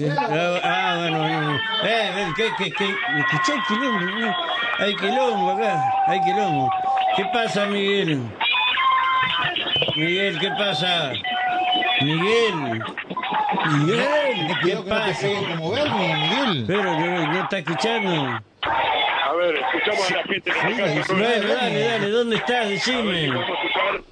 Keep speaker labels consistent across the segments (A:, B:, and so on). A: Ah, bueno, bueno. bueno. Eh, ¿qué, qué, qué? Escuchá el quilombo, ¿no? Hay quilombo acá, hay quilombo. ¿Qué pasa, Miguel? Miguel, ¿qué pasa? Miguel. Miguel,
B: Ten
A: ¿qué
B: cuidado que no te
A: pasa?
B: peguen como verme, Miguel.
A: Pero no, no está escuchando.
C: A ver, escuchamos a la gente que
B: Sí,
C: está acá.
B: sí.
C: ¿no?
A: Bueno, dale, dale, ¿dónde estás?
C: A ver si
A: Decime.
C: podemos escuchar.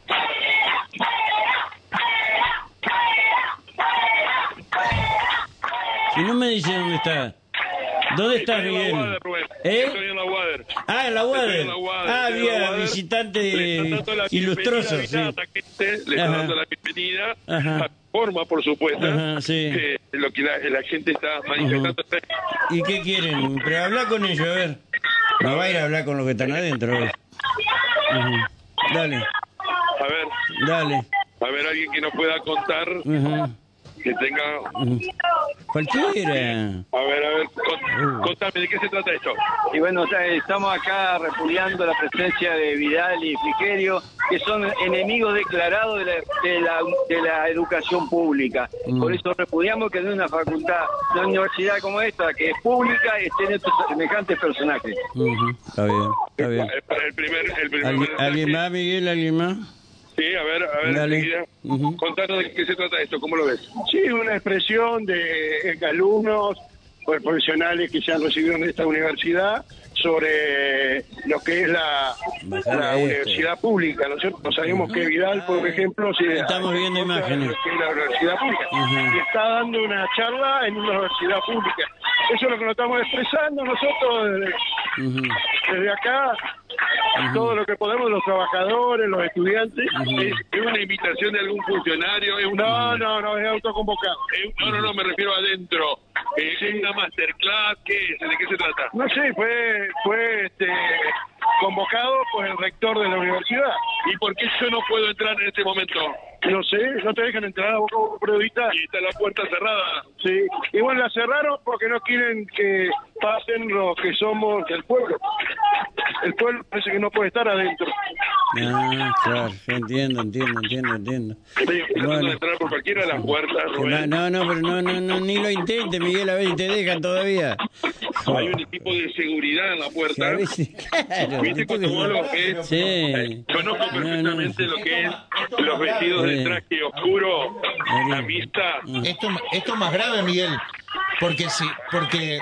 A: Si no me dice dónde está. ¿Dónde estás,
C: Estoy en la
A: Miguel?
C: Wader, Rubén. Estoy
A: ¿Eh?
C: en la Wader.
A: Ah, en la
C: Estoy
A: Wader.
C: en la Wader,
A: Ah,
C: estoy en
A: había
C: la Wader. Le está
A: visitantes
C: dando la
A: ilustrosos.
C: bienvenida
A: Sí.
C: a la gente, le está
A: Ajá.
C: dando la bienvenida.
A: Ajá.
C: a Forma, por supuesto.
A: Ajá, sí.
C: eh, lo que la, la gente está manifestando.
A: ¿Y qué quieren? Pero habla con ellos, a ver. No va a ir a hablar con los que están adentro. a ver. Ujú. Dale,
C: A ver,
A: dale.
C: a ver, alguien que nos pueda contar,
A: Ujú.
C: que tenga
A: Cualquiera.
C: A ver, a ver,
A: Uh.
C: con- contame, ¿de qué se trata esto?
D: Y bueno, está- estamos acá repudiando la presencia de Vidal y Frigerio, que son enemigos declarados de la, de la, de la educación pública. Por eso repudiamos que en una facultad, una universidad como esta, que es pública, estén estos semejantes personajes.
A: Ujú. Está bien, está bien.
C: Eh, para el primer... El primer
A: ¿Alguien, alguien
C: sí,
A: más, Miguel? ¿Alguien más?
C: Sí, a ver, a ver,
A: Dale.
C: enseguida.
A: Ujú.
C: contanos de qué se trata esto, ¿cómo lo ves?
E: Sí, una expresión de alumnos o de profesionales que se han recibido en esta universidad sobre lo que es la,
A: Bajale
E: la
A: a esto.
E: universidad pública, ¿no es cierto? Sabemos que Vidal, por ejemplo, se-
A: Estamos viendo
E: contra
A: imágenes.
E: lo que es la universidad pública
A: Ujú.
E: y está dando una charla en una universidad pública. Eso es lo que nos estamos expresando nosotros desde,
A: Ujú.
E: desde acá, todo lo que podemos, los trabajadores, los estudiantes.
C: ¿Es, es una invitación de algún funcionario? ¿Es una-
E: No, no, no, es autoconvocado.
C: es un- Eh, no, no, no, me refiero adentro. Eh, ¿Es una masterclass? ¿Qué es? ¿De qué se trata?
E: No sé, fue, fue este, convocado por el rector de la universidad.
C: ¿Y por qué yo no puedo entrar en este momento?
E: No sé, no te dejan entrar a vos como periodista.
C: Y está la puerta cerrada.
E: Sí. Y bueno, la cerraron porque no quieren que pasen los que somos del pueblo. El pueblo parece que no puede estar adentro.
A: Ah, claro, yo entiendo, entiendo, entiendo, entiendo.
C: Estoy tratando
A: Bueno.
C: de entrar por cualquiera de las puertas,
A: Que No,
C: Rubén.
A: no, no, pero no, no, no, ni lo intentes, Miguel, a ver si te dejan todavía.
C: Hay un equipo de seguridad en la
A: Que a
C: puerta.
A: veces, claro.
C: ¿Viste cuando vos lo ves?
A: Sí.
C: Conozco perfectamente lo que es los vestidos de
A: Bien.
C: traje oscuro,
A: Bien.
C: la vista.
B: Esto, esto es más grave, Miguel, porque sí, porque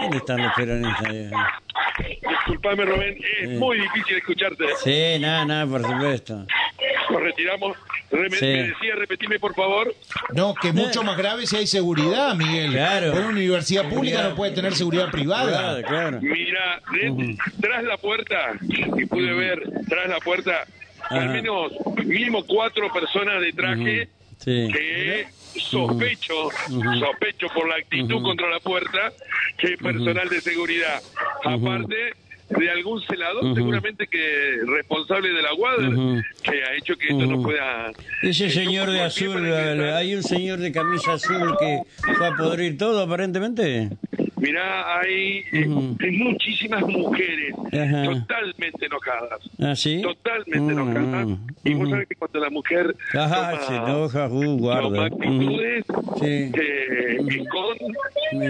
A: ¿Dónde están los peronistas? ya?
C: Disculpame, Rubén, es
A: Bien.
C: muy difícil escucharte.
A: Sí, nada, nada, por supuesto.
C: Nos retiramos. Reme-
A: Sí.
C: Me decía, repetime, por favor.
B: no, que mucho más grave si hay seguridad, Miguel.
A: Claro.
B: Una universidad pública
A: Seguridad.
B: no puede tener seguridad
A: Claro,
B: privada.
A: claro.
C: Mira, de- tras la puerta, y pude ver tras la puerta al
A: Ajá.
C: menos mínimo cuatro personas de traje.
A: Sí.
C: que sospecho, sospecho por la actitud contra la puerta, que es personal de seguridad. Aparte de algún celador, seguramente que responsable de la WADER,
A: Ujú.
C: que ha hecho que esto no pueda...
A: Ese señor de azul, eh, hay un señor de camisa azul que fue a podrir todo, aparentemente.
C: Mirá, hay, eh, hay muchísimas mujeres
A: Ajá.
C: totalmente enojadas.
A: ¿Ah, sí?
C: Totalmente
A: Mm,
C: enojadas.
A: mm,
C: Y vos
A: ujú.
C: sabés que cuando la mujer
A: Ajá,
C: toma-
A: se enoja, uh,
C: Toma
A: guarda.
C: actitudes
A: Ujú. Sí.
C: eh, y con, eh,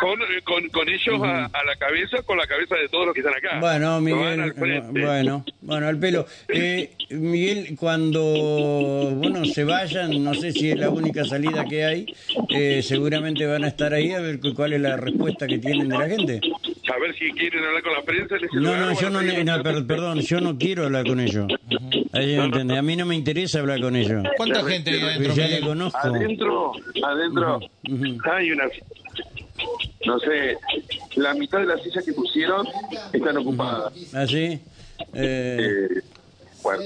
C: con, eh, con, con ellos a, a la cabeza, con la cabeza de todos los que están acá.
A: Mm. Bueno,
C: Lo van al
A: Miguel, eh,
C: frente.
A: bueno, bueno, al pelo. Eh, Miguel, cuando, bueno, se vayan, no sé si es la única salida que hay, eh, seguramente van a estar ahí a ver cu- cuál es la respuesta que tienen de la gente.
C: A ver si quieren hablar con la prensa. les
A: No,
C: lugar,
A: no,
C: bueno,
A: yo no,
C: pero-
A: no, per- perdón, yo no quiero hablar con ellos. Ahí entendés, a mí no me interesa hablar con ellos.
B: ¿Cuánta gente hay adentro,
A: Porque ya le
B: Miguel?
A: conozco.
C: Adentro, adentro hay unas, no sé, la mitad de las sillas que pusieron están ocupadas.
A: ¿Así? ¿Ah, Eh,
C: Eh, bueno.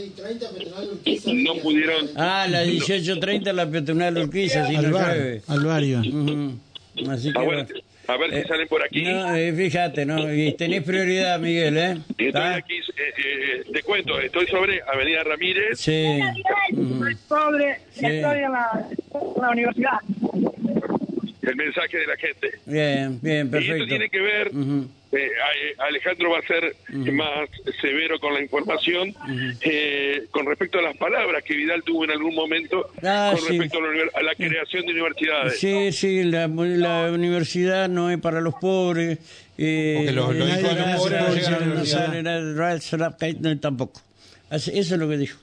C: No pudieron
A: ah, la 18.30 la peatonal Urquiza, si no
F: Al bar,
A: llueve.
F: al barrio.
A: Ujú. Así que
C: Ah, bueno,
A: bueno.
C: a ver si
A: Eh,
C: salen por aquí.
A: No, eh, fíjate, no, y tenés prioridad, Miguel, ¿eh?
C: Estoy
A: ¿Está?
C: aquí, eh, eh, eh, te cuento, estoy sobre Avenida Ramírez.
A: Sí.
G: Pobre,
A: Sí.
G: estoy en la, en la universidad.
C: El mensaje de la gente.
A: Bien, bien,
C: Y esto
A: perfecto.
C: tiene que ver
A: Ujú.
C: eh, a- Alejandro va a ser más severo con la información eh, con respecto a las palabras que Vidal tuvo en algún momento
A: Ah,
C: con
A: sí.
C: respecto a la, univer- a la creación de universidades.
A: Sí, sí, la, la universidad no es para los pobres. Eh,
B: Porque los- los hijos de los
A: nadie nace
B: pobres no
A: pobre,
B: llegan a la
A: no
B: universidad.
A: salen al Rice Rap Kate, no, tampoco. Así- Eso es lo que dijo.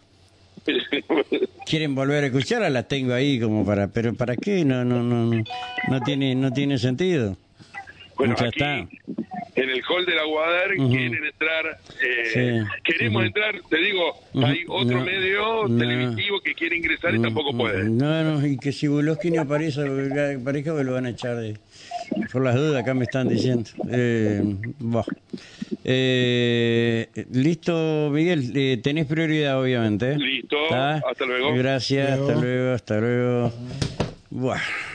A: Quieren volver a escucharla, la tengo ahí como para, pero ¿para qué? No, no, no, no, no tiene, no tiene sentido.
C: Bueno,
A: Ya
C: aquí,
A: está.
C: en el hall de la Guadar
A: Ujú.
C: quieren entrar, eh,
A: Sí,
C: queremos
A: ujú.
C: entrar, te digo,
A: Ujú.
C: hay otro
A: No,
C: medio
A: no.
C: televisivo que quiere ingresar y tampoco puede.
A: No, no, y que si Buloski no aparece, parezca que lo van a echar de- por las dudas, acá me están diciendo. Eh, buah. Eh, listo, Miguel, eh, tenés prioridad, obviamente. ¿eh?
C: Listo, hasta luego.
A: Gracias, hasta luego, hasta luego. Buah.